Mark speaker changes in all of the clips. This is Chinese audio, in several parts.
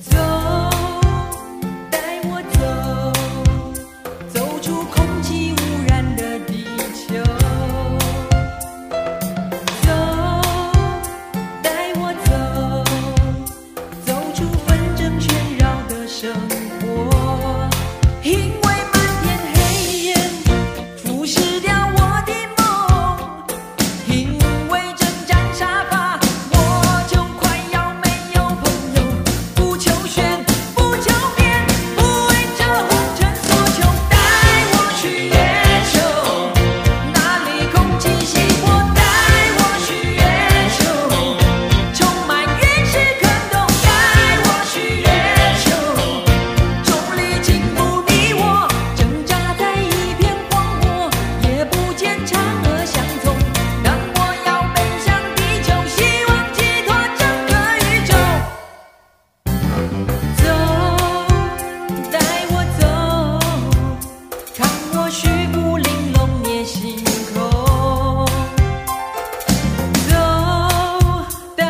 Speaker 1: 走，带我走，走出空气污染的地球。走，带我走，走出纷争喧扰的生活。因为漫天黑夜腐蚀掉我的梦。因为征战沙发，我就快要没有朋友。不求炫，不求变，不为这红尘所求。带我去月球，那里空气稀薄。带我去月球，充满原始感动。带我去月球。重力禁锢你我，挣扎在一片荒漠，也不见嫦娥相踪。当我要奔向地球，希望寄托整个宇宙。走，带我走，看我虚骨玲珑夜星空。走，带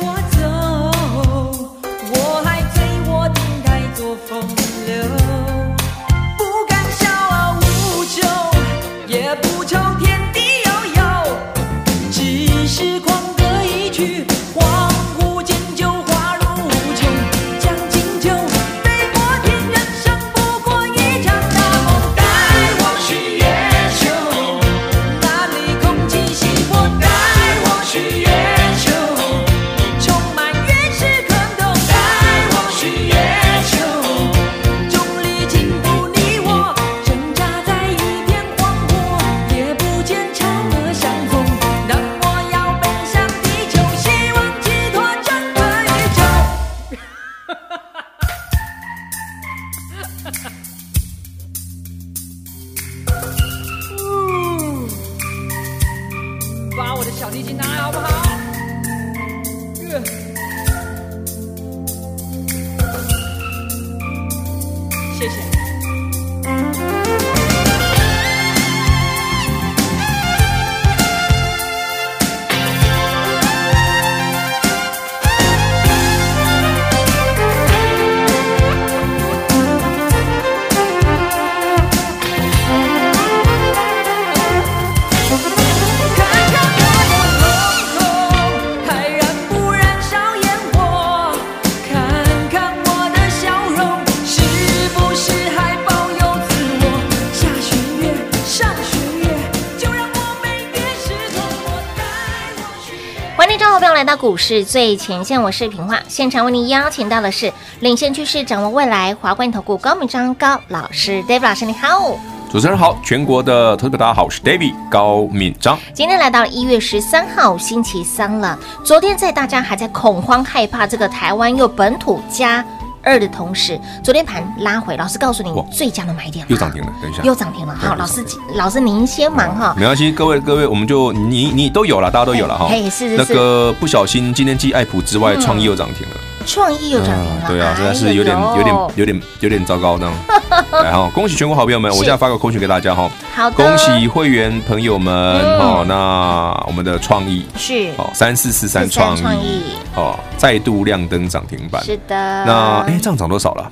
Speaker 1: 我走，我还醉卧顶台做风流，不敢笑傲无求，也不求天地悠悠，只是狂歌一曲，恍惚间就花入无穷。将进酒，杯莫停，人生不过一场大梦。带我去月球，那里空气稀薄。带我去月球，充满原始感动。带我去月球，重力禁锢你我，挣扎在一片荒漠，也不见嫦娥相逢。当我要奔向地球，希望寄托整个宇宙。把我的小提琴拿来好不好？乐谢谢。看看我的瞳孔，还燃不燃烧烟火？看看我的笑容，是不是还保有自我？下弦月，上弦月，就让我每月是从我带我去。
Speaker 2: 欢迎众好朋友来到股市最前线，我是平化。现场为您邀请到的是领先趋势、掌握未来华冠投顾高敏章高老
Speaker 3: 嗯
Speaker 2: 师，David 老师，你好。
Speaker 3: 主持人好，全国的投资者大家好，我是 David 高敏章。
Speaker 2: 今天来到一月十三号星期三了。昨天在大家还在恐慌害怕这个台湾又本土加二的同时，昨天盘拉回，老师告诉你
Speaker 3: 哇
Speaker 2: 最佳的买点了
Speaker 3: 又涨停了等一下
Speaker 2: 又涨停了。好，
Speaker 3: 对
Speaker 2: 老师，老师您先忙哈。
Speaker 3: 没关系，各位各位，我们就你你都有了，大家哦都有了哈。
Speaker 2: 嘿嘿是是
Speaker 3: 那个不小心，今天继爱普之外，创意又涨停了。
Speaker 2: 创意又涨停了，
Speaker 3: 对啊，实在
Speaker 2: 哎
Speaker 3: 是
Speaker 2: 呦
Speaker 3: 有点有点有点有点糟糕 这样。来哈，恭喜全国好朋友们，我
Speaker 2: 是
Speaker 3: 现在发个口讯给大家哈，
Speaker 2: 好的，
Speaker 3: 恭喜会员朋友们
Speaker 2: 嗯
Speaker 3: 哦。那我们的创意
Speaker 2: 是
Speaker 3: 哦，三四四三
Speaker 2: 四三
Speaker 3: 创
Speaker 2: 创
Speaker 3: 意
Speaker 2: 意
Speaker 3: 哦，再度亮灯涨停板。
Speaker 2: 是啊的。
Speaker 3: 那哎，这样涨多少了？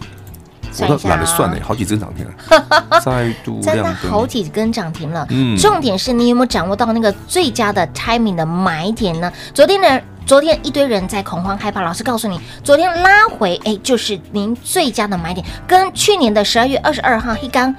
Speaker 3: 我
Speaker 2: 算一
Speaker 3: 都
Speaker 2: 下
Speaker 3: 懒得算
Speaker 2: 哦
Speaker 3: 呢，好几根涨停 了，啊再度
Speaker 2: 真的
Speaker 3: 亮
Speaker 2: 好
Speaker 3: 灯。
Speaker 2: 几根涨停了。
Speaker 3: 嗯
Speaker 2: 重点是你有没有掌握到那个最佳的 timing 的买点呢？昨天的。昨天一堆人在恐慌害怕，老师告诉你，昨天拉回，哎，就是您最佳的买点，跟去年的十二月二十二号一刚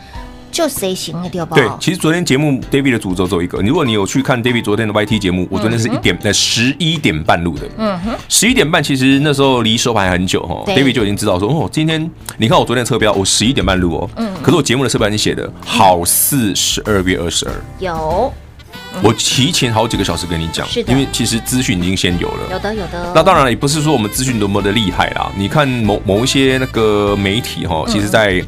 Speaker 2: 就谁行了对不？
Speaker 3: 对，其实昨天节目 David 的主轴只有一个，如果你有去看 David 昨天的
Speaker 2: 嗯
Speaker 3: YT 节目，我昨天是一点呃十一点半录的，嗯哼，十一点半其实那时候离收盘很久哦
Speaker 2: 对
Speaker 3: ，David 就已经知道说哦，今天你看我昨天的车标，我十一点半录哦，嗯，可是我节目的车标已经写的好似十二月二十二，
Speaker 2: 有
Speaker 3: 我提前好几个小时跟你讲，
Speaker 2: 嗯是的
Speaker 3: 因为其实资讯已经先有了，
Speaker 2: 有的有的，
Speaker 3: 那当然了，也不是说我们资讯多么的厉害啦。你看某某一些那个媒体哈，
Speaker 2: 嗯
Speaker 3: 其实在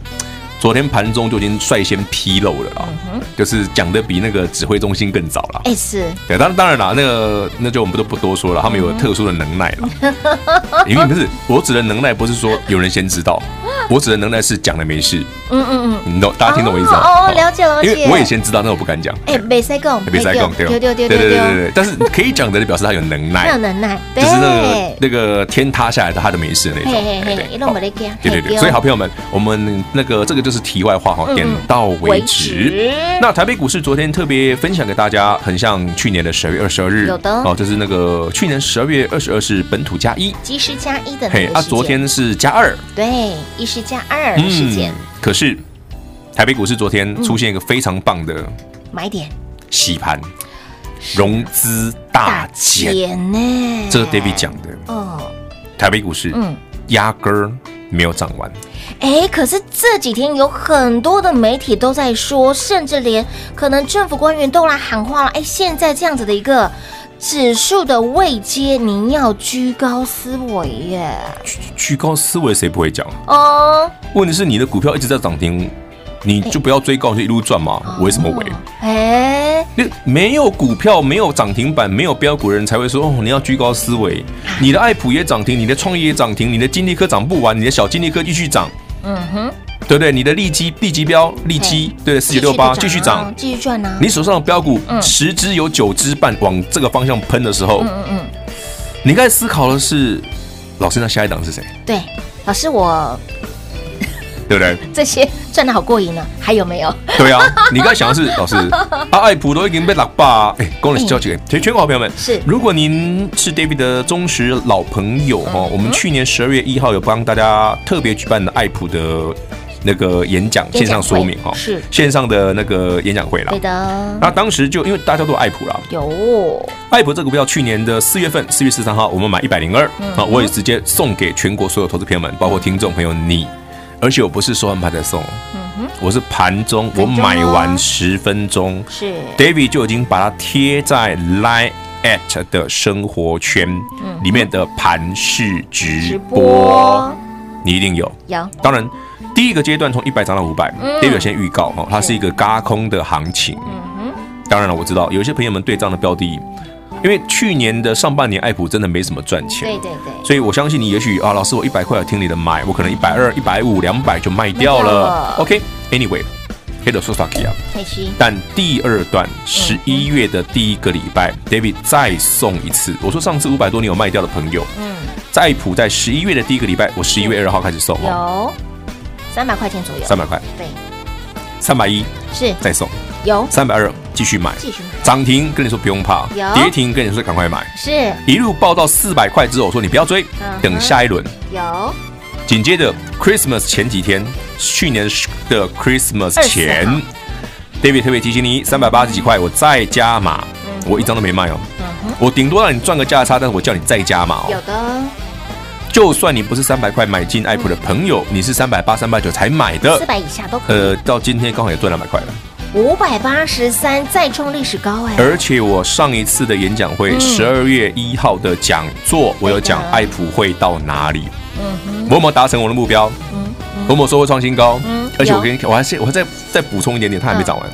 Speaker 3: 昨天盘中就已经率先披露了啦，
Speaker 2: 嗯
Speaker 3: 就是讲的比那个指挥中心更早啦。
Speaker 2: 哎是
Speaker 3: 对，当当然啦，那个那就我们就不多说了，他们有特殊的能耐
Speaker 2: 嗯
Speaker 3: 啦。因为不是我指的能耐，不是说有人先 知道，我指的能耐是讲了没事，
Speaker 2: 嗯嗯嗯，
Speaker 3: 你懂？大家听懂我意思吗？
Speaker 2: 哦哦了解了解
Speaker 3: 因为我也先知道，但我不敢讲。
Speaker 2: 哎北塞贡，
Speaker 3: 别再讲
Speaker 2: 对
Speaker 3: 吧
Speaker 2: 对对对
Speaker 3: 对对对
Speaker 2: 对，
Speaker 3: 对，但是可以讲的，就表示他有能耐
Speaker 2: 很有。能耐，对
Speaker 3: 就，是那个那个天塌下来他的没事的那种，
Speaker 2: 嘿嘿
Speaker 3: 哎
Speaker 2: 嘿
Speaker 3: 对
Speaker 2: 一弄不得惊
Speaker 3: 好对对
Speaker 2: 嘿
Speaker 3: 对，
Speaker 2: 对
Speaker 3: 所以好朋友们，我们那个这个就是题外话哈，点到为止。那台北股市昨天特别分享给大家，很像去年的十二月二十二日，
Speaker 2: 有的
Speaker 3: 哦，就是那个去年十二月二十二是本土加一，
Speaker 2: 及时加一的
Speaker 3: 嘿
Speaker 2: 那个
Speaker 3: 啊，
Speaker 2: 事
Speaker 3: 昨
Speaker 2: 件，
Speaker 3: 天嗯是加二，
Speaker 2: 对，一时加二的事件，，
Speaker 3: 可是台北股市昨天出现一个非常棒的
Speaker 2: 买点
Speaker 3: 洗盘，融资大减，
Speaker 2: 嗯减呢，
Speaker 3: 这是 David 讲的，
Speaker 2: 哦，
Speaker 3: 台北股市
Speaker 2: 嗯。
Speaker 3: 压根儿没有涨完。
Speaker 2: 哎，可是这几天有很多的媒体都在说，甚至连可能政府官员都来喊话了。哎，现在这样子的一个指数的位阶，您要居高思维耶。
Speaker 3: 居高思维谁不会讲？
Speaker 2: 哦，
Speaker 3: 问题是你的股票一直在涨停，你就不要追高，就一路赚嘛，为什么
Speaker 2: 哦
Speaker 3: 为？
Speaker 2: 哎，
Speaker 3: 那没有股票、没有涨停板、没有标股的人才会说哦，你要居高思维。你的爱普也涨停，你的创业也涨停，你的金利科涨不完，你的小金利科继续涨，
Speaker 2: 嗯哼，
Speaker 3: 对不对？你的利基、利基标、利基，对四九六八继续涨。
Speaker 2: 继续赚啊。
Speaker 3: 你手上的标股十只有九只半往这个方向喷的时候，
Speaker 2: 嗯嗯，
Speaker 3: 你该思考的是，老师，那下一档是谁？
Speaker 2: 对，老师，我
Speaker 3: 对不对？
Speaker 2: 这些赚的好过瘾呢、还有没有？
Speaker 3: 对啊，你刚才想的是老师啊，爱普都已经被打爆，哎，恭喜交几个，全全国好朋友们
Speaker 2: 是
Speaker 3: 如果您是 David 的忠实老朋友
Speaker 2: 嗯
Speaker 3: 哦，我们去年十二月一号有帮大家特别举办的爱普的那个演讲
Speaker 2: 演讲会
Speaker 3: 线上说明哦，
Speaker 2: 是
Speaker 3: 线上的那个演讲会啦
Speaker 2: 对。的，
Speaker 3: 那当时就因为大家都有爱普啦，
Speaker 2: 有
Speaker 3: 爱普这个股票去年的四月份，四月十三号我们买一百零二
Speaker 2: 嗯
Speaker 3: 啊，我也直接送给全国所有投资朋友们，包括听众朋友你，而且我不是收完盘再送，
Speaker 2: 嗯
Speaker 3: 我是盘中我
Speaker 2: 盘中哦
Speaker 3: 买完十分钟
Speaker 2: 是
Speaker 3: ，David 就已经把它贴在 Line at 的生活圈里面的盘式直
Speaker 2: 嗯直
Speaker 3: 播
Speaker 2: 播，
Speaker 3: 你一定有。
Speaker 2: 有
Speaker 3: 当然，第一个阶段从一百涨到五百、d
Speaker 2: 嗯
Speaker 3: a v i d 先预告哈，它是一个嘎空的行情。
Speaker 2: 嗯
Speaker 3: 当然了，我知道有一些朋友们对这样的标的，因为去年的上半年爱普真的没什么赚钱
Speaker 2: 对，对对，
Speaker 3: 所以我相信你，也许啊，老师，我一百块有听你的买，我可能一百二、一百五、两百就卖掉
Speaker 2: 卖掉
Speaker 3: 了
Speaker 2: 了。
Speaker 3: OK，Anyway，黑的说啥 k 啊？
Speaker 2: 开心
Speaker 3: 但第二段十一月的第一个礼拜，David 再送一次。我说上次五百多你有卖掉的朋友，嗯，在普在十一月的第一个礼拜，我十一月二号开始送哦，
Speaker 2: 有三百块钱左右，
Speaker 3: 三百块，
Speaker 2: 对，
Speaker 3: 三百一
Speaker 2: 是
Speaker 3: 再送，
Speaker 2: 有
Speaker 3: 三百二继续买，
Speaker 2: 继续买
Speaker 3: 涨停跟你说不用怕
Speaker 2: 有，
Speaker 3: 跌停跟你说赶快买，
Speaker 2: 是
Speaker 3: 一路报到四百块之后，我说你不要追
Speaker 2: 嗯，哼
Speaker 3: 等下一轮。
Speaker 2: 有
Speaker 3: 紧接着 Christmas 前几天，去年的 Christmas 前
Speaker 2: 24
Speaker 3: ，David 特别提醒你，三百八十几块，我再加码，
Speaker 2: 嗯
Speaker 3: 我一张都没卖哦，我顶多让你赚个价差，但是我叫你再加码哦。
Speaker 2: 有的
Speaker 3: 就算你不是三百块买进爱普的朋友，你是三百八、三百九才买
Speaker 2: 嗯四
Speaker 3: 的，
Speaker 2: 百以下都可以，
Speaker 3: 呃，到今天刚好也赚两百块了。
Speaker 2: 五百八十三再创历史高哎，
Speaker 3: 而且我上一次的演讲会，
Speaker 2: 嗯
Speaker 3: 十二月一号的讲座，我有讲爱普会到哪里，
Speaker 2: 嗯
Speaker 3: 我有没有达成我的目标？我有没有说会创新高？
Speaker 2: 嗯
Speaker 3: 而且我跟你，我还是我还再再补充一点点，它还没涨完。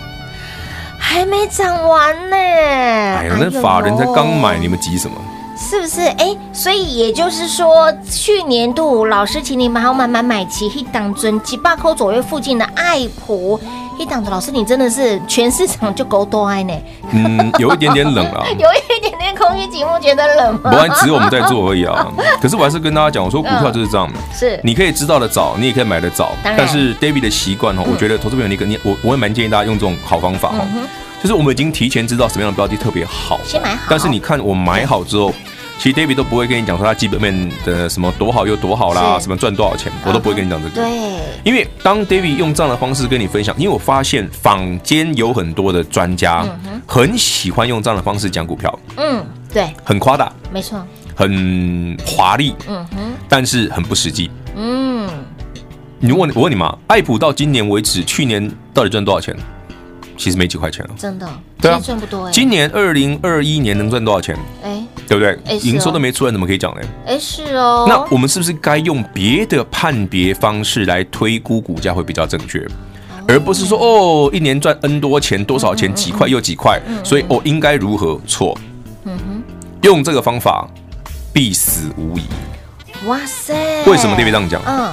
Speaker 2: 还没涨完呢，
Speaker 3: 哎
Speaker 2: 哎
Speaker 3: 呀，那法人才刚买，你们急什么？
Speaker 2: 是不是？哎，所以也就是说，去年度老师请你们好慢慢买齐一档尊几百口左右附近的爱普一档的老师，你真的是全市场就够多爱呢，
Speaker 3: 嗯，有一点点冷啊。
Speaker 2: 有一点点空虚寂寞，觉得冷
Speaker 3: 不
Speaker 2: 吗？
Speaker 3: 然只有我们在做而已啊。可是我还是跟大家讲，我说股票就是这样，
Speaker 2: 是
Speaker 3: 你可以知道的早，你也可以买的早。
Speaker 2: 当然嗯
Speaker 3: 但是 David 的习惯哦，我觉得投资朋友你跟你我我也蛮建议大家用这种好方法哦，就是我们已经提前知道什么样的标的特别好，
Speaker 2: 先买好
Speaker 3: 但是你看我买好之后。其实 David 都不会跟你讲说他基本面的什么多好又多好啦，
Speaker 2: 是嗯
Speaker 3: 什么赚多少钱，我都不会跟你讲这个。
Speaker 2: 对，
Speaker 3: 因为当 David 用这样的方式跟你分享，因为我发现坊间有很多的专家很喜欢用这样的方式讲股票，
Speaker 2: 嗯，对，
Speaker 3: 很夸大，
Speaker 2: 没错，
Speaker 3: 很华丽，
Speaker 2: 嗯哼，
Speaker 3: 但是很不实际。
Speaker 2: 嗯，
Speaker 3: 你问我问你嘛，爱普到今年为止，去年到底赚多少钱？其实没几块钱了。
Speaker 2: 真的，
Speaker 3: 对啊
Speaker 2: 其实赚不多哎，
Speaker 3: 今年二零二一年能赚多少钱？
Speaker 2: 哎
Speaker 3: 对不对
Speaker 2: 哎？是哦
Speaker 3: 营收都没出来，怎么可以讲呢？
Speaker 2: 哎是哦，
Speaker 3: 那我们是不是该用别的判别方式来推估股价会比较正确？而不是说哦，一年赚 N 多
Speaker 2: 嗯
Speaker 3: 钱，多少钱，几块又几块，所以哦，应该如何错？
Speaker 2: 嗯
Speaker 3: 用这个方法必死无疑。
Speaker 2: 哇塞，
Speaker 3: 为什么 David 这样讲？
Speaker 2: 嗯，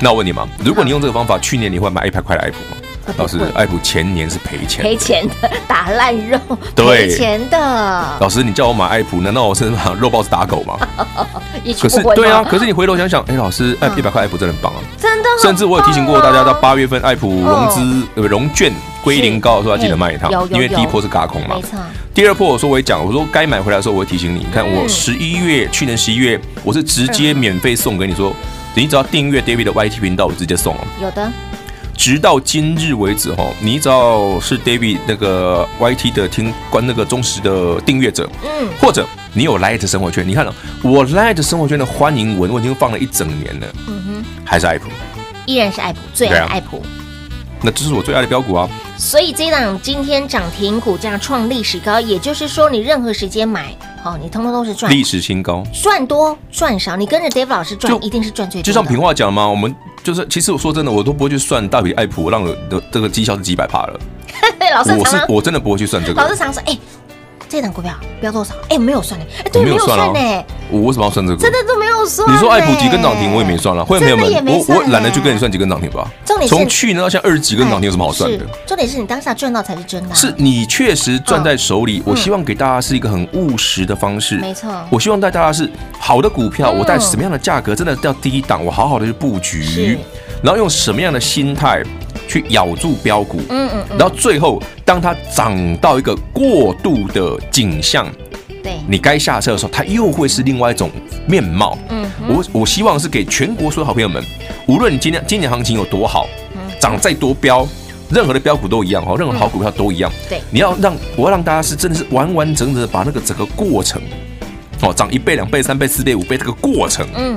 Speaker 3: 那我问你嘛，如果你用这个方法，去年你会买 iPad 快的 iPhone 吗？老师
Speaker 2: 啊不会
Speaker 3: ，iPhone 前年是赔钱。
Speaker 2: 赔钱的，打烂肉，
Speaker 3: 对
Speaker 2: 赔钱的，
Speaker 3: 老师，你叫我买 iPhone，难道我身上 肉包是打狗吗？
Speaker 2: 一
Speaker 3: 可
Speaker 2: 去
Speaker 3: 是
Speaker 2: 不嗯回
Speaker 3: 对啊，
Speaker 2: 吗
Speaker 3: 可是你回头想想，哎，老师，哎，一百块 iPhone 真的很棒啊。
Speaker 2: 真的很棒啊，
Speaker 3: 甚至我有提醒过大家，到八月份，爱普融资呃融券归零高的时候，要记得卖一趟
Speaker 2: 嗯哦有，有
Speaker 3: 因为第一
Speaker 2: 有
Speaker 3: 波是嘎空嘛
Speaker 2: 没。错，
Speaker 3: 第二波我说我也讲，我说该买回来的时候我会提醒你。你看我十一
Speaker 2: 嗯
Speaker 3: 月去年十一月，我是直接免费送给你说，你只要订阅 David 的 YT 频道，我直接送哦。
Speaker 2: 有的，
Speaker 3: 直到今日为止哈，你只要是 David 那个 YT 的听关那个忠实的订阅者，
Speaker 2: 嗯，
Speaker 3: 或者你有 Light 生活圈，你看了、我 Light 生活圈的欢迎文，我已经放了一整年了，
Speaker 2: 嗯
Speaker 3: 还是爱普，
Speaker 2: 哼，依然是爱普最爱
Speaker 3: 对
Speaker 2: 的
Speaker 3: 啊
Speaker 2: 爱普。
Speaker 3: 那这是我最爱的标股啊。
Speaker 2: 所以这一档今天涨停，股价创历史高，也就是说你任何时间买，哦，你通通都是赚，
Speaker 3: 历史新高。
Speaker 2: 赚多赚少，你跟着 Dave 老师赚
Speaker 3: 就，
Speaker 2: 一定是赚最
Speaker 3: 就
Speaker 2: 多
Speaker 3: 像平
Speaker 2: 的。
Speaker 3: 话讲嘛，我们就是其实我说真的，我都不会去算到底爱普让我的这个绩效是几百趴了。
Speaker 2: 对， 老师
Speaker 3: 我
Speaker 2: 常
Speaker 3: 是
Speaker 2: 常，
Speaker 3: 我真的不会去算这
Speaker 2: 老师
Speaker 3: 个，
Speaker 2: 常说，哎，这档股票标多少？哎，没有算的，哎，对，
Speaker 3: 我没
Speaker 2: 没
Speaker 3: 有
Speaker 2: 有
Speaker 3: 算啊
Speaker 2: 算呢，
Speaker 3: 我为什么要算这个？
Speaker 2: 真的都没有算呢。
Speaker 3: 你说爱普几根涨停，我也没算了。会员朋友
Speaker 2: 啊真的也
Speaker 3: 们，
Speaker 2: 没
Speaker 3: 我
Speaker 2: 算
Speaker 3: 我懒得去
Speaker 2: 呢
Speaker 3: 跟你算几根涨停吧。
Speaker 2: 重点是
Speaker 3: 从去年到现在二十几根涨停有什么好算的
Speaker 2: 哎是？重点是你当下赚到才是真的啊。
Speaker 3: 是你确实攥在手里。我希望给大家是一个很务实的方式，
Speaker 2: 嗯没错
Speaker 3: 我希望带大家是好的股票，
Speaker 2: 嗯
Speaker 3: 我带什么样的价格，真的要低档，我好好的去布
Speaker 2: 是
Speaker 3: 局，然后用什么样的心态去咬住标股，
Speaker 2: 嗯嗯嗯，
Speaker 3: 然后最后当它涨到一个过度的景象，
Speaker 2: 对，
Speaker 3: 你该下车的时候，它又会是另外一种面貌。
Speaker 2: 嗯
Speaker 3: 我我希望是给全国所有好朋友们，无论你今天今年行情有多好，
Speaker 2: 嗯
Speaker 3: 涨再多标，任何的标股都一样哦哈，任何好股票都一样。
Speaker 2: 嗯对
Speaker 3: 你要让我要让大家是真的是完完整整的把那个整个过程，哦，涨一倍、两倍、三倍、四倍、五倍这个过程，
Speaker 2: 嗯，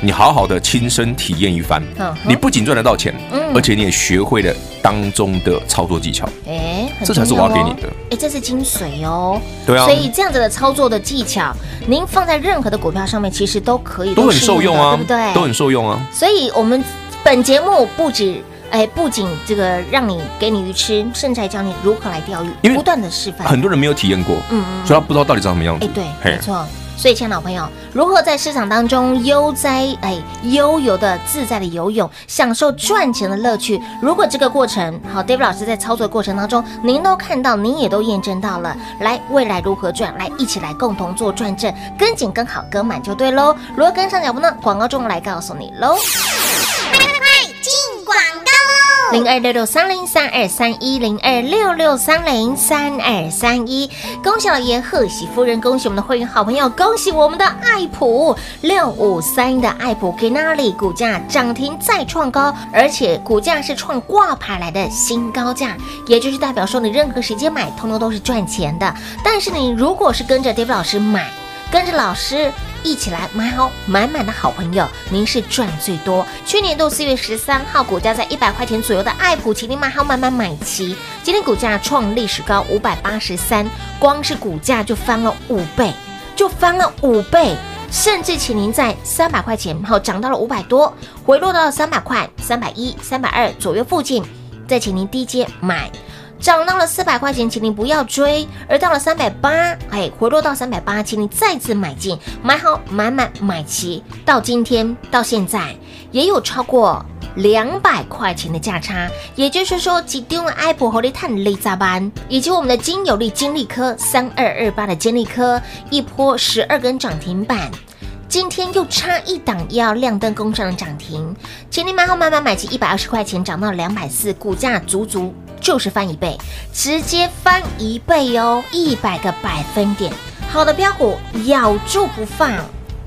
Speaker 3: 你好好的亲身体验一番
Speaker 2: 嗯哼。
Speaker 3: 你不仅赚得到钱
Speaker 2: 嗯，
Speaker 3: 而且你也学会了当中的操作技巧。
Speaker 2: 哎，很
Speaker 3: 这才是
Speaker 2: 重要
Speaker 3: 我要给
Speaker 2: 哦
Speaker 3: 你的
Speaker 2: 哎，这是精髓哦。
Speaker 3: 对啊
Speaker 2: 所以这样子的操作的技巧，您放在任何的股票上面，其实都可以，
Speaker 3: 都很
Speaker 2: 适
Speaker 3: 受用啊
Speaker 2: 哎的对不，对？
Speaker 3: 都很受用啊。
Speaker 2: 所以我们本节目不止。哎，不仅这个让你给你鱼吃，甚至还教你如何来钓
Speaker 3: 因
Speaker 2: 鱼，
Speaker 3: 为
Speaker 2: 不断的示范。
Speaker 3: 很多人没有体验过，
Speaker 2: 嗯嗯
Speaker 3: 所以他不知道到底长什么样子
Speaker 2: 哎，。对，
Speaker 3: 嘿
Speaker 2: 没错。所以，亲爱的老朋友，如何在市场当中悠哉哎悠游的自在的游泳，享受赚钱的乐趣？如果这个过程，好，David 老师在操作过程当中，您都看到，您也都验证到了。来，未来如何赚？来，一起来共同做转正，跟紧、跟好、跟满就对喽。如何跟上脚步呢？广告中来告诉你喽。零二六六三零三二三一零二六六三零三二三一。恭喜老爷，贺喜夫人，恭喜我们的会员好朋友，恭喜我们的爱普六五三的爱普 k i n a l i 股价涨停再创高，而且股价是创挂牌来的新高价，也就是代表说你任何时间买，通通都是赚钱的。但是你如果是跟着 David 老师买，跟着老师一起来买好满满的好朋友，您是赚最多。去年度四月十三号，股价在一百块钱左右的爱普，请你买好满满买齐。今天股价创历史高五百八十三，光是股价就翻了五倍，就翻了五倍。甚至请您在三百块钱后涨到了五百多，回落到三百块、三百一、三百二左右附近，再请您低阶买。涨到了四百块钱，请您不要追；而到了三百八，哎，回落到三百八，请您再次买进，买好、买满、买齐。到今天到现在，也有超过两百块钱的价差，也就是说，几丢了爱普活力碳利扎班，以及我们的金有利金利科三二二八的金利科，一波十二根涨停板。今天又差一档又要亮灯攻上涨停，请你买好买买买齐一百二十块钱涨到两百四，股价足足就是翻一倍，直接翻一倍哦，一百个百分点。好的标股咬住不放，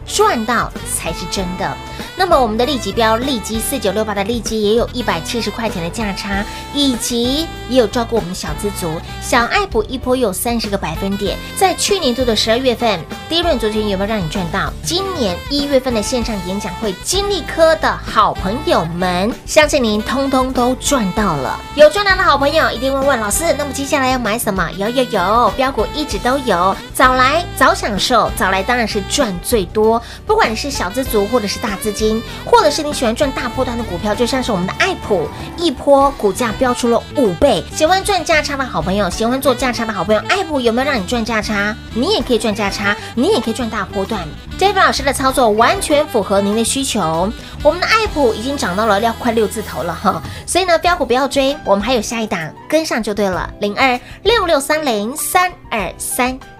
Speaker 2: 赚到才是真的。那么我们的利基标利基四九六八的利基也有一百七十块钱的价差，以及也有照顾我们小资族，小爱普一波有三十个百分点。在去年度的十二月份，第一轮族群有没有让你赚到？今年一月份的线上演讲会，金利科的好朋友们，相信您通通都赚到了。有赚到的好朋友一定会问老师，那么接下来要买什么？有有有，标股一直都有，早来早享受，早来当然是赚最多。不管你是小资族或者是大资金，或者是你喜欢赚大波段的股票，就像是我们的爱普，一波股价飙出了五倍。喜欢赚价差的好朋友，喜欢做价差的好朋友，爱普有没有让你赚价差？你也可以赚价差，你也可以赚大波段。David 老师的操作完全符合您的需求。我们的爱普已经涨到了要快六字头了哈，所以呢，标股不要追，我们还有下一档跟上就对了，零二六六三零三二三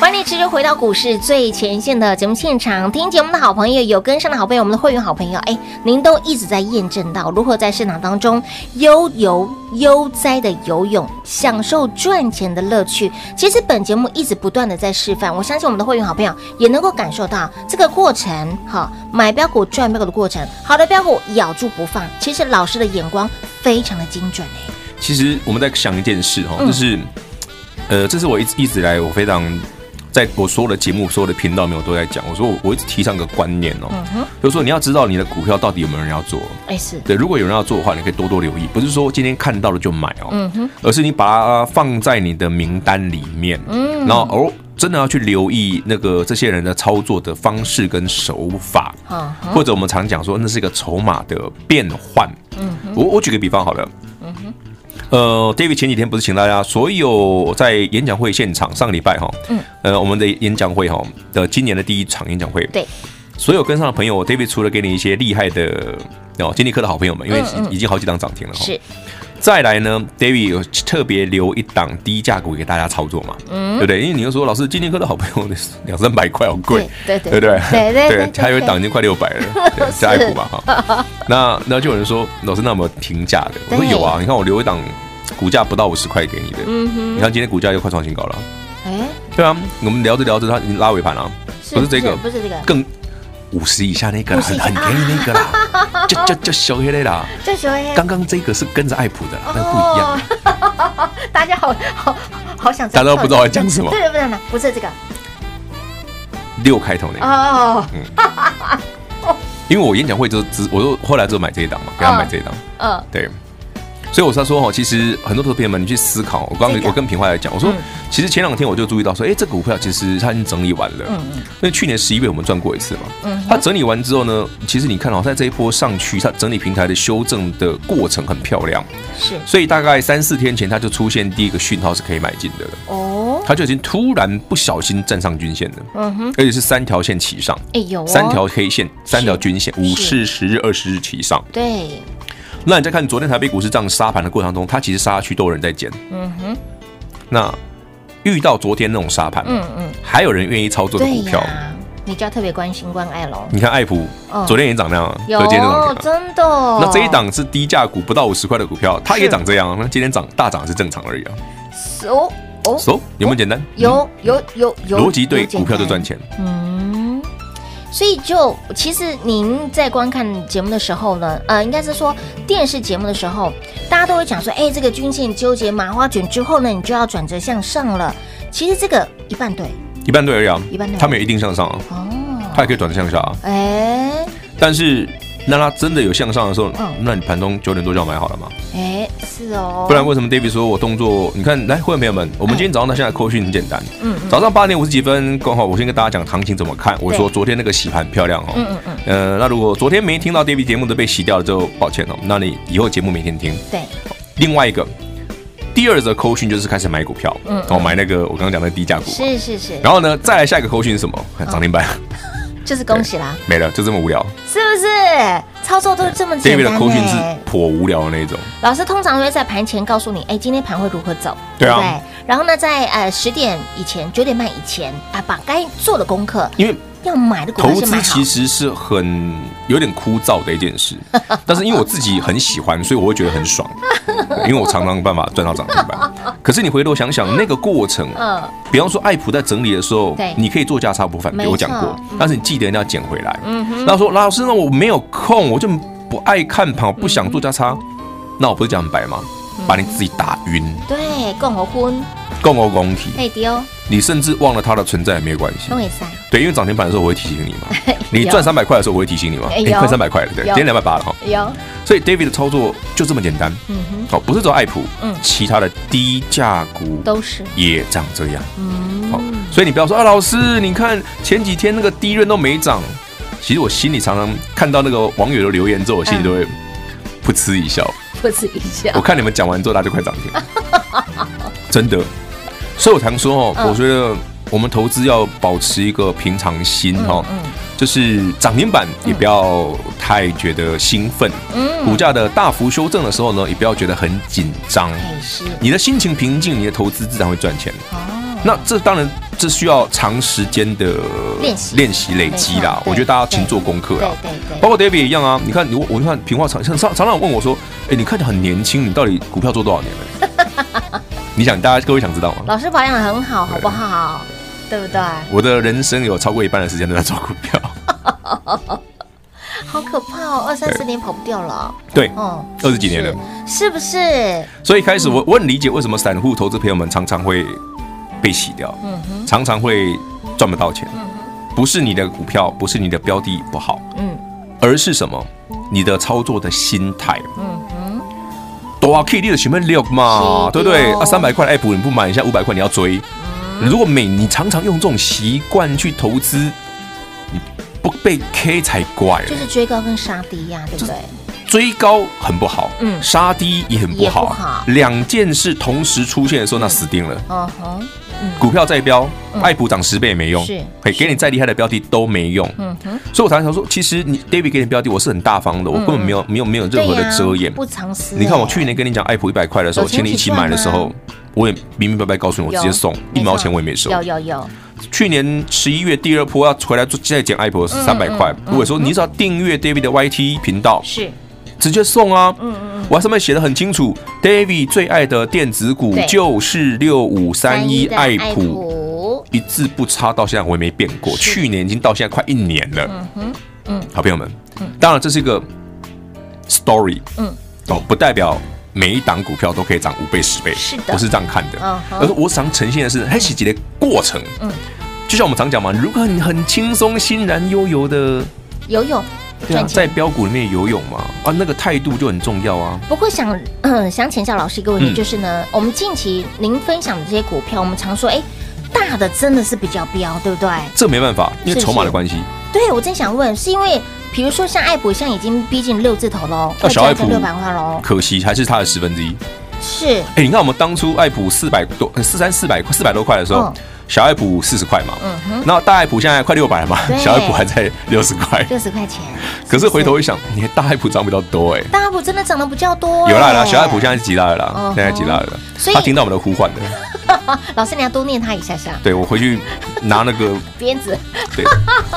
Speaker 2: 欢迎你持续回到股市最前线的节目现场，听节目的好朋友，有跟上的好朋友，我们的会员好朋友，哎，您都一直在验证到如何在市场当中悠游悠哉的游泳，享受赚钱的乐趣。其实本节目一直不断的在示范，我相信我们的会员好朋友也能够感受到这个过程，哈，买标股赚标股的过程，好的标股咬住不放。其实老师的眼光非常的精准哎，
Speaker 3: 其实我们在想一件事哈，
Speaker 2: 嗯
Speaker 3: 就是，呃，这是我一直一直以来我非常在我所有的节目、所有的频道里面我都在讲，我说我我一直提倡一个观念哦，
Speaker 2: 嗯
Speaker 3: 就是说你要知道你的股票到底有没有人要做。
Speaker 2: 哎是，
Speaker 3: 对，如果有人要做的话，你可以多多留意，不是说今天看到了就买哦，
Speaker 2: 嗯哼，
Speaker 3: 而是你把它放在你的名单里面，
Speaker 2: 嗯
Speaker 3: 然后哦，真的要去留意那个这些人的操作的方式跟手法，
Speaker 2: 嗯哼，
Speaker 3: 或者我们常讲说那是一个筹码的变换。
Speaker 2: 嗯
Speaker 3: 我我举个比方好了。呃，David 前几天不是请大家所有在演讲会现场，上个礼拜哈，
Speaker 2: 嗯
Speaker 3: 呃，我们的演讲会哈的今年的第一场演讲会，
Speaker 2: 对，
Speaker 3: 所有跟上的朋友，David 除了给你一些厉害的哦，经济科的好朋友们，因为
Speaker 2: 嗯嗯
Speaker 3: 已已经好几档涨停了哈，
Speaker 2: 是，
Speaker 3: 再来呢，David 有特别留一档低价股给大家操作嘛，
Speaker 2: 嗯
Speaker 3: 对不对？因为你又说老师，今天科的好朋友 两三百块好贵，
Speaker 2: 对对
Speaker 3: 对不对？
Speaker 2: 对对对对
Speaker 3: 还有一档已经快六百了， 对
Speaker 2: 是
Speaker 3: 加爱股嘛哈。 那那就有人说，老师，那有没有平价的？我说
Speaker 2: 对
Speaker 3: 有啊，你看我留一档股价不到五十块给你的，
Speaker 2: 嗯哼，
Speaker 3: 你看今天股价又快创新高了。
Speaker 2: 哎，
Speaker 3: 对啊，我们聊着聊着，它已经拉尾盘了，
Speaker 2: 是
Speaker 3: 不是这个，
Speaker 2: 不是这个，
Speaker 3: 更五十以下那个啦，
Speaker 2: 50
Speaker 3: 很
Speaker 2: 以下
Speaker 3: 很便宜那 个啦，就就就小黑类啦。
Speaker 2: 这时候哎
Speaker 3: 刚刚这个是跟着爱普的啦，那个不一样。
Speaker 2: 哦。 大家好好好想知
Speaker 3: 大
Speaker 2: 道，
Speaker 3: 家都不知道我在讲什么
Speaker 2: 对对对对，不是这个
Speaker 3: 六开头那个，
Speaker 2: 哦，
Speaker 3: 因为我演讲会就只我就后来就买这一档嘛，给他买这一档，
Speaker 2: 嗯，
Speaker 3: 对。所以我是要说哦哈，其实很多投资朋友们，你去思考。我刚
Speaker 2: 这个
Speaker 3: 我跟平花来讲，我说
Speaker 2: 嗯
Speaker 3: 其实前两天我就注意到说，哎，这个股票其实它已经整理完了。嗯那去年十一月我们赚过一次嘛。嗯。它整理完之后呢，其实你看哦，在这一波上去，它整理平台的修正的过程很漂亮，
Speaker 2: 是
Speaker 3: 所以大概三四天前它就出现第一个讯号是可以买进的了，
Speaker 2: 哦，
Speaker 3: 它就已经突然不小心站上均线了，
Speaker 2: 嗯哼，
Speaker 3: 而且是三条线齐上。
Speaker 2: 哎有哦
Speaker 3: 三条黑线，三条均线，五
Speaker 2: 是
Speaker 3: 市、十日、二十日齐上。
Speaker 2: 对，
Speaker 3: 那你再看昨天台北股市这样杀盘的过程中，它其实杀下去都有人在减。
Speaker 2: 嗯哼，
Speaker 3: 那遇到昨天那种杀盘，
Speaker 2: 嗯嗯，
Speaker 3: 还有人愿意操作的
Speaker 2: 对
Speaker 3: 股票，
Speaker 2: 呀，你就要特别关心关爱喽。
Speaker 3: 你看爱普
Speaker 2: 嗯
Speaker 3: 昨天也涨那样啊，
Speaker 2: 有
Speaker 3: 昨天也涨这样啊。
Speaker 2: 真的哦，
Speaker 3: 那这一档是低价股，不到五十块的股票，它也涨这样啊。那今天涨大涨是正常而已啊。
Speaker 2: 哦哦
Speaker 3: So 有没有简单？
Speaker 2: 有有有
Speaker 3: 嗯
Speaker 2: 有
Speaker 3: 逻辑对，
Speaker 2: 有简
Speaker 3: 股票就
Speaker 2: 单
Speaker 3: 赚钱。
Speaker 2: 嗯，所以就其实您在观看节目的时候呢，呃，应该是说电视节目的时候，大家都会讲说，哎，这个均线纠结麻花卷之后呢，你就要转折向上了。其实这个一半对，
Speaker 3: 一半对而已啊，
Speaker 2: 一半对
Speaker 3: 它没有一定向上啊，
Speaker 2: 哦，
Speaker 3: 它也可以短的向下啊。
Speaker 2: 哎
Speaker 3: 但是那它真的有向上的时候
Speaker 2: 嗯，
Speaker 3: 那你盘中九点多就要买好了嘛，
Speaker 2: 哎，是哦，
Speaker 3: 不然为什么 David 说我动作？你看，来，会员朋友们，我们今天早上到现在扣讯很简单，嗯，早上八点五十几分，刚好我先跟大家讲行情怎么看。我说昨天那个洗盘漂亮哦，嗯嗯嗯，呃，那如果昨天没听到 David 节目的被洗掉了之后，抱歉哦，那你以后节目每天听。
Speaker 2: 对，
Speaker 3: 另外一个，第二则扣讯就是开始买股票，嗯，哦，买那个我刚刚讲的低价股，
Speaker 2: 是是是，
Speaker 3: 然后呢，再来下一个扣讯是什么？看涨停板
Speaker 2: 就是恭喜啦，
Speaker 3: 没了，就这么无聊。
Speaker 2: 是不是？操作都是这么简
Speaker 3: David
Speaker 2: 单
Speaker 3: 的扣讯是
Speaker 2: 呢。
Speaker 3: 颇无聊的那一种，
Speaker 2: 老师通常会在盘前告诉你，哎，今天盘会如何走，
Speaker 3: 对啊
Speaker 2: 不对？然后呢，在呃十点以前、九点半以前啊，把该做的功课，
Speaker 3: 因为
Speaker 2: 要买的股票
Speaker 3: 投
Speaker 2: 先买
Speaker 3: 资
Speaker 2: 好
Speaker 3: 其。实是很有点枯燥的一件 事，但是因为我自己很喜欢，所以我会觉得很爽，因为我常常有办法赚到涨停板。可是你回头想想那个过程，
Speaker 2: 嗯，
Speaker 3: 比方说艾普在整理的时候
Speaker 2: 对，
Speaker 3: 你可以做价差不反
Speaker 2: 没
Speaker 3: 比，
Speaker 2: 错嗯
Speaker 3: 我讲过，但是你记得一定要捡回来。那说老师，那我没有空，我就不爱看盘，我不想做价
Speaker 2: 嗯
Speaker 3: 差，那我不是讲很白吗？把你自己打晕，
Speaker 2: 对，共和婚哎哦
Speaker 3: 共欧共体，
Speaker 2: 可以丢，
Speaker 3: 你甚至忘了它的存在也没有关系
Speaker 2: 都。可以塞。
Speaker 3: 对，因为涨停板的时候我会提醒你 嘛，你赚三百块的时候我会提醒你嘛，
Speaker 2: 哎
Speaker 3: 哎，
Speaker 2: 有
Speaker 3: 快三百块了，对，
Speaker 2: 有
Speaker 3: 今天两百八了哈，
Speaker 2: 有，
Speaker 3: 所以 David 的操作就这么简单，
Speaker 2: 嗯
Speaker 3: 好，不是走爱普，其他的低价股
Speaker 2: 都是
Speaker 3: 也长这样，好，所以你不要说啊，老师，你看前几天那个低润都没涨，其实我心里常常看到那个网友的留言之后，我心里都会噗嗤一笑，
Speaker 2: 不止一下
Speaker 3: 我。看你们讲完之后，它就快涨停 了，真的。所以我常说哦，我觉得我们投资要保持一个平常心哦，就是涨停板也不要太觉得兴奋，股价的大幅修正的时候呢，也不要觉得很紧张。
Speaker 2: 哎，是
Speaker 3: 你的心情平静，你的投资自然会赚钱。
Speaker 2: 哦，
Speaker 3: 那这当然这需要长时间的
Speaker 2: 练习
Speaker 3: 练习累积
Speaker 2: 没
Speaker 3: 啦
Speaker 2: 错。
Speaker 3: 我觉得大家勤做功课
Speaker 2: 对
Speaker 3: 啦。
Speaker 2: 对对，
Speaker 3: 包括 David 也一样啊。你看，我我看平话常常常常有问我说：“哎、你看起来很年轻，你到底股票做多少年了？” 你想，大家各位想知道吗？
Speaker 2: 老师保养的很好，好不好？对不对？
Speaker 3: 我的人生有超过一半的时间都在做股票，
Speaker 2: 好可怕哦，二三十年跑不掉了。
Speaker 3: 对，
Speaker 2: 哦，
Speaker 3: 二十几年了。
Speaker 2: 是不是？
Speaker 3: 所以一开始我我很理解为什么散户投资朋友们常常会被洗掉，
Speaker 2: 嗯
Speaker 3: 常常会赚不到钱，不是你的股票，不是你的标的不好，
Speaker 2: 嗯
Speaker 3: 而是什么？你的操作的心态，多啊 K 你的前面六嘛，
Speaker 2: 嗯是
Speaker 3: 对
Speaker 2: 的
Speaker 3: 不对？啊，三百块的 app 你不买，你现在五百块你要追。
Speaker 2: 嗯
Speaker 3: 如果每你常常用这种习惯去投资，你不被 K 才怪了。
Speaker 2: 就是追高跟杀低呀，对不对？
Speaker 3: 追高很不好，
Speaker 2: 嗯
Speaker 3: 杀低也很不好，
Speaker 2: 也不好
Speaker 3: 两件事同时出现的时候，那死定了。
Speaker 2: 哦哼，
Speaker 3: 股票再飙，爱普涨十倍也没用，
Speaker 2: 嗯是
Speaker 3: 嘿，给你再厉害的标的都没用。
Speaker 2: 嗯哼，嗯
Speaker 3: 所以我常常说，其实你 David 给你标的，我是很大方的，我根本没有没有没有任何的
Speaker 2: 对呀
Speaker 3: 遮掩。
Speaker 2: 不藏私。
Speaker 3: 你看我
Speaker 2: 哎
Speaker 3: 去年跟你讲爱普一百块的时候，
Speaker 2: 有钱
Speaker 3: 请你一起
Speaker 2: 请
Speaker 3: 买的时
Speaker 2: 赚啊
Speaker 3: 候，我也明明白白告诉你，我直接
Speaker 2: 有
Speaker 3: 送，
Speaker 2: 没
Speaker 3: 一毛
Speaker 2: 错
Speaker 3: 钱我也没收。
Speaker 2: 有有有，
Speaker 3: 去年十一月第二波要回来做再减
Speaker 2: 嗯
Speaker 3: Apple 是三百块，我说你只要订阅 David 的 YT 频道，
Speaker 2: 是
Speaker 3: 直接送啊。
Speaker 2: 嗯
Speaker 3: 我还上面写的很清楚，David 最爱的电子股
Speaker 2: 对
Speaker 3: 就是六五三一
Speaker 2: 的
Speaker 3: 爱普，
Speaker 2: 普，
Speaker 3: 一字不差，到现在我也没变过。
Speaker 2: 是嗯
Speaker 3: 去年已经到现在快一年了。好朋友们，当然这是一个 story，
Speaker 2: 嗯
Speaker 3: 哦，不代表。每一档股票都可以涨五倍十倍，
Speaker 2: 是的
Speaker 3: 不是这样看的
Speaker 2: 嗯。哼
Speaker 3: 而是我想呈现的是黑喜节的过程。
Speaker 2: 嗯
Speaker 3: 就像我们常讲嘛，如果你很轻松、欣然悠游的，
Speaker 2: 游泳
Speaker 3: 对啊，
Speaker 2: 赚钱。
Speaker 3: 在标股里面游泳嘛，啊，那个态度就很重要啊。
Speaker 2: 不过想嗯想请教老师一个问题，
Speaker 3: 嗯
Speaker 2: 就是呢，我们近期您分享的这些股票，我们常说，哎，大的真的是比较标，对不对？
Speaker 3: 这没办法，因为
Speaker 2: 是不
Speaker 3: 筹码
Speaker 2: 是
Speaker 3: 的关系。
Speaker 2: 对我真想问，是因为比如说像爱普，现在已经逼近六字头喽，
Speaker 3: 哦那小爱普
Speaker 2: 六百块喽，
Speaker 3: 可惜还是它的十分之一。
Speaker 2: 是
Speaker 3: 哎，你看我们当初爱普四百多、呃四三四百块、四百多块的时候
Speaker 2: 嗯，
Speaker 3: 小爱普四十块嘛，那大爱普现在快六百了嘛
Speaker 2: 对，
Speaker 3: 小爱普还在六十块。
Speaker 2: 六十块钱。
Speaker 3: 可是回
Speaker 2: 不
Speaker 3: 头一想，你大爱普涨比较多哎。
Speaker 2: 大爱普真的涨得比较多、
Speaker 3: 有啦有啦，
Speaker 2: 哎
Speaker 3: 小爱普现在是急拉了啦
Speaker 2: 嗯，
Speaker 3: 现在急拉了啦
Speaker 2: 所，以
Speaker 3: 他听到我们的呼唤的，
Speaker 2: 啊老师你要多念他一下下，
Speaker 3: 对我回去拿那个
Speaker 2: 鞭子
Speaker 3: 对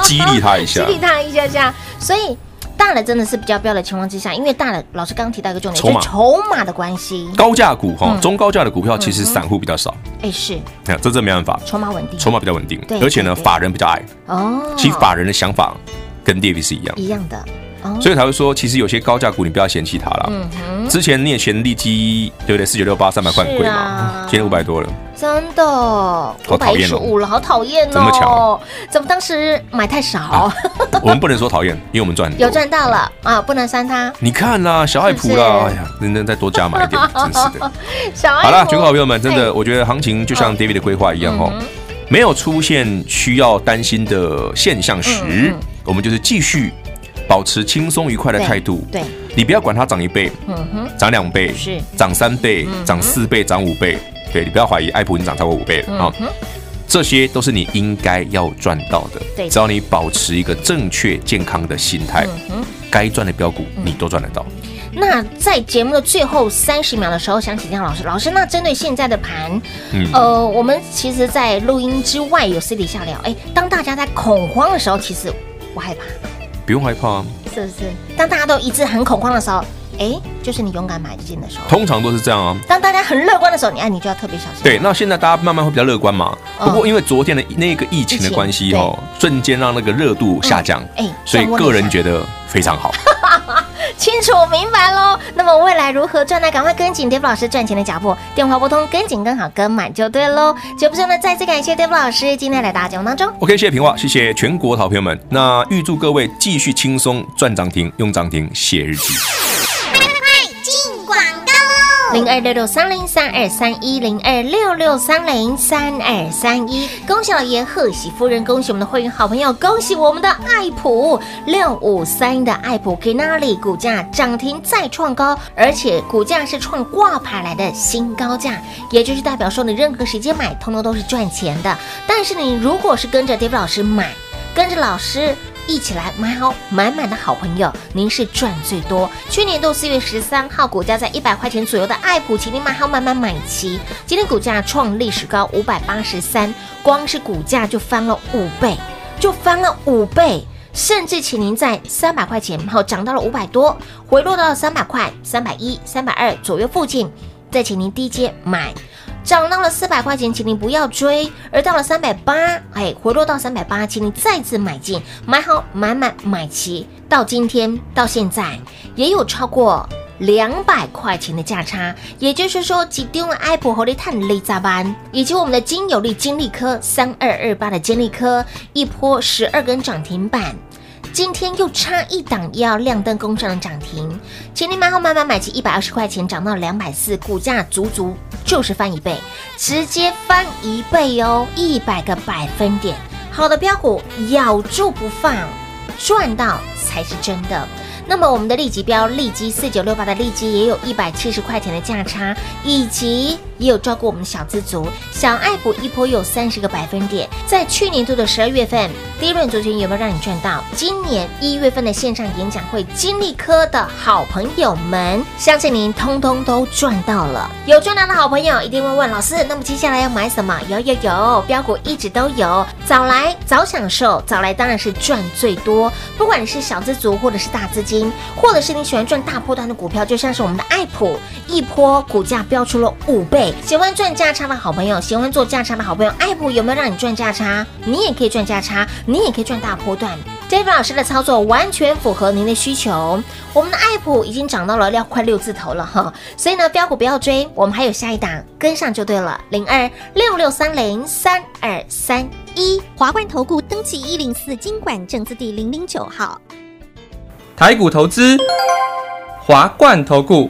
Speaker 3: 激励他一
Speaker 2: 激
Speaker 3: 下，
Speaker 2: 励他一下下，所以。大的真的是比较标的情况之下，因为大的老师刚刚提到一个重点，
Speaker 3: 筹
Speaker 2: 就
Speaker 3: 码
Speaker 2: 是筹码的关系。
Speaker 3: 高价股
Speaker 2: 嗯
Speaker 3: 哈，中高价的股票其实散户比较少，
Speaker 2: 哎，是
Speaker 3: 哎呀这真没办法，
Speaker 2: 筹码稳定。
Speaker 3: 筹码比较稳定
Speaker 2: 对，
Speaker 3: 而且呢，
Speaker 2: 对对
Speaker 3: 法人比较爱，
Speaker 2: 哦，
Speaker 3: 其实法人的想法跟 David 是一样，
Speaker 2: 一样的。哦
Speaker 3: 所以才会说，其实有些高价股你不要嫌弃它啦。
Speaker 2: 嗯哼，
Speaker 3: 之前你也嫌利基对不对？四九六八三百块很贵
Speaker 2: 是
Speaker 3: 嘛
Speaker 2: 啊，
Speaker 3: 今天五百多了，
Speaker 2: 真的，五
Speaker 3: 好
Speaker 2: 百
Speaker 3: 讨
Speaker 2: 一
Speaker 3: 厌
Speaker 2: 十
Speaker 3: 哦
Speaker 2: 五了，好讨厌哦！
Speaker 3: 这么啊巧
Speaker 2: 怎么当时买太少，
Speaker 3: 我们不能说讨厌，因为我们赚很 多
Speaker 2: 有赚到了啊？不能删它，
Speaker 3: 你看啦，小爱普啦，
Speaker 2: 是不是
Speaker 3: 哎呀，能能再多加 买一点，真是的。
Speaker 2: 小爱
Speaker 3: 好啦，
Speaker 2: 国
Speaker 3: 全国好朋友们，真
Speaker 2: 哎
Speaker 3: 的，我觉得行情就像 David 的规划一样哦
Speaker 2: 嗯哼，
Speaker 3: 没有出现需要担心的现象
Speaker 2: 嗯
Speaker 3: 时，我们就是继续保持轻松愉快的态度。
Speaker 2: 对，
Speaker 3: 你不要管它涨一倍、
Speaker 2: 嗯哼，
Speaker 3: 涨两倍、
Speaker 2: 是嗯
Speaker 3: 涨三倍、涨四倍、涨五倍，对你不要怀疑，爱普已经涨超过五倍
Speaker 2: 嗯
Speaker 3: 了啊。这些都是你应该要赚到
Speaker 2: 对嗯
Speaker 3: 的，只要你保持一个正确健康的心态，该赚的标股你都赚得到。
Speaker 2: 那在节目的最后三十秒的时候，想请教老师，老师，那针对现在的盘，
Speaker 3: 嗯
Speaker 2: 呃，我们其实，在录音之外有私底下聊，哎，当大家在恐慌的时候，其实我害怕，
Speaker 3: 不用害怕啊，
Speaker 2: 是不是？当大家都一致很恐慌的时候，哎，就是你勇敢买进的时候；
Speaker 3: 通常都是这样啊。
Speaker 2: 当大家很乐观的时候，你哎，你就要特别小心。
Speaker 3: 对，那现在大家慢慢会比较乐观嘛。
Speaker 2: 嗯
Speaker 3: 不过因为昨天的那个疫情的关系哦，瞬间让那个热度下降，
Speaker 2: 嗯哎
Speaker 3: 所以
Speaker 2: 降温一下
Speaker 3: 个人觉得非常好。
Speaker 2: 清楚明白喽。那么未来如何赚呢？赶快跟紧 Dave 老师赚钱的脚步，电话拨通，跟紧跟好跟满就对喽。节目最后呢，再次感谢 Dave 老师今天来到节目当中。
Speaker 3: OK，谢谢平话，谢谢全国好朋友们。那预祝各位继续轻松赚涨停，用涨停写日记。
Speaker 4: 进广告喽！
Speaker 2: 零二六六三零三二三一零二六六三零三二三一，恭喜老爷，贺喜夫人，恭喜我们的会员好朋友，恭喜我们的爱普六五三的爱普 k i n a l i 股价涨停再创高，而且股价是创挂牌来的新高价，也就是代表说你任何时间买，通通都是赚钱的。但是你如果是跟着 Dave 老师买，跟着老师一起来买好满满的好朋友，您是赚最多。去年度四月十三号，股价在一百块钱左右的爱普，请你买好满满买齐。今天股价创历史高五百八十三，光是股价就翻了五倍，就翻了五倍。甚至请您在三百块钱后涨到了五百多，回落到三百块、三百一、三百二左右附近，再请您低阶买。涨到了四百块钱，请您不要追；而到了三百八，哎，回落到三百八，请你再次买进，买好、买满、买齐。到今天到现在，也有超过两百块钱的价差，也就是说，只丢了 Apple 和力碳力加班，以及我们的金有利金利科三二二八的金利科，一波十二根涨停板。今天又差一档要亮灯攻上了涨停，前天买好买买买齐一百二十块钱涨到两百四，股价足足就是翻一倍，直接翻一倍哦，一百个百分点。好的标股咬住不放，赚到才是真的。那么我们的利基标利基四九六八的利基也有一百七十块钱的价差，以及也有照顾我们的小资族，小爱股一波有三十个百分点。在去年度的十二月份，第一轮族群有没有让你赚到？今年一月份的线上演讲会，金利科的好朋友们，相信您通通都赚到了。有赚到的好朋友一定会问老师，那么接下来要买什么？有有有，标股一直都有，早来早享受，早来当然是赚最多。不管你是小资族，或者是大资金，或者是你喜欢赚大波段的股票，就像是我们的爱普，一波股价飙出了五倍。喜欢赚价差的好朋友，喜欢做价差的好朋友，爱普有没有让你赚价差？你也可以赚价差，你也可以赚大波段。David 老师的操作完全符合您的需求。我们的爱普已经涨到了要快六字头了哈，所以呢，标股不要追，我们还有下一档跟上就对了，零二六六三零三二三一。
Speaker 5: 华冠投顾登记一零四经管证字第零零九号。
Speaker 6: 台股投资，华冠投顾。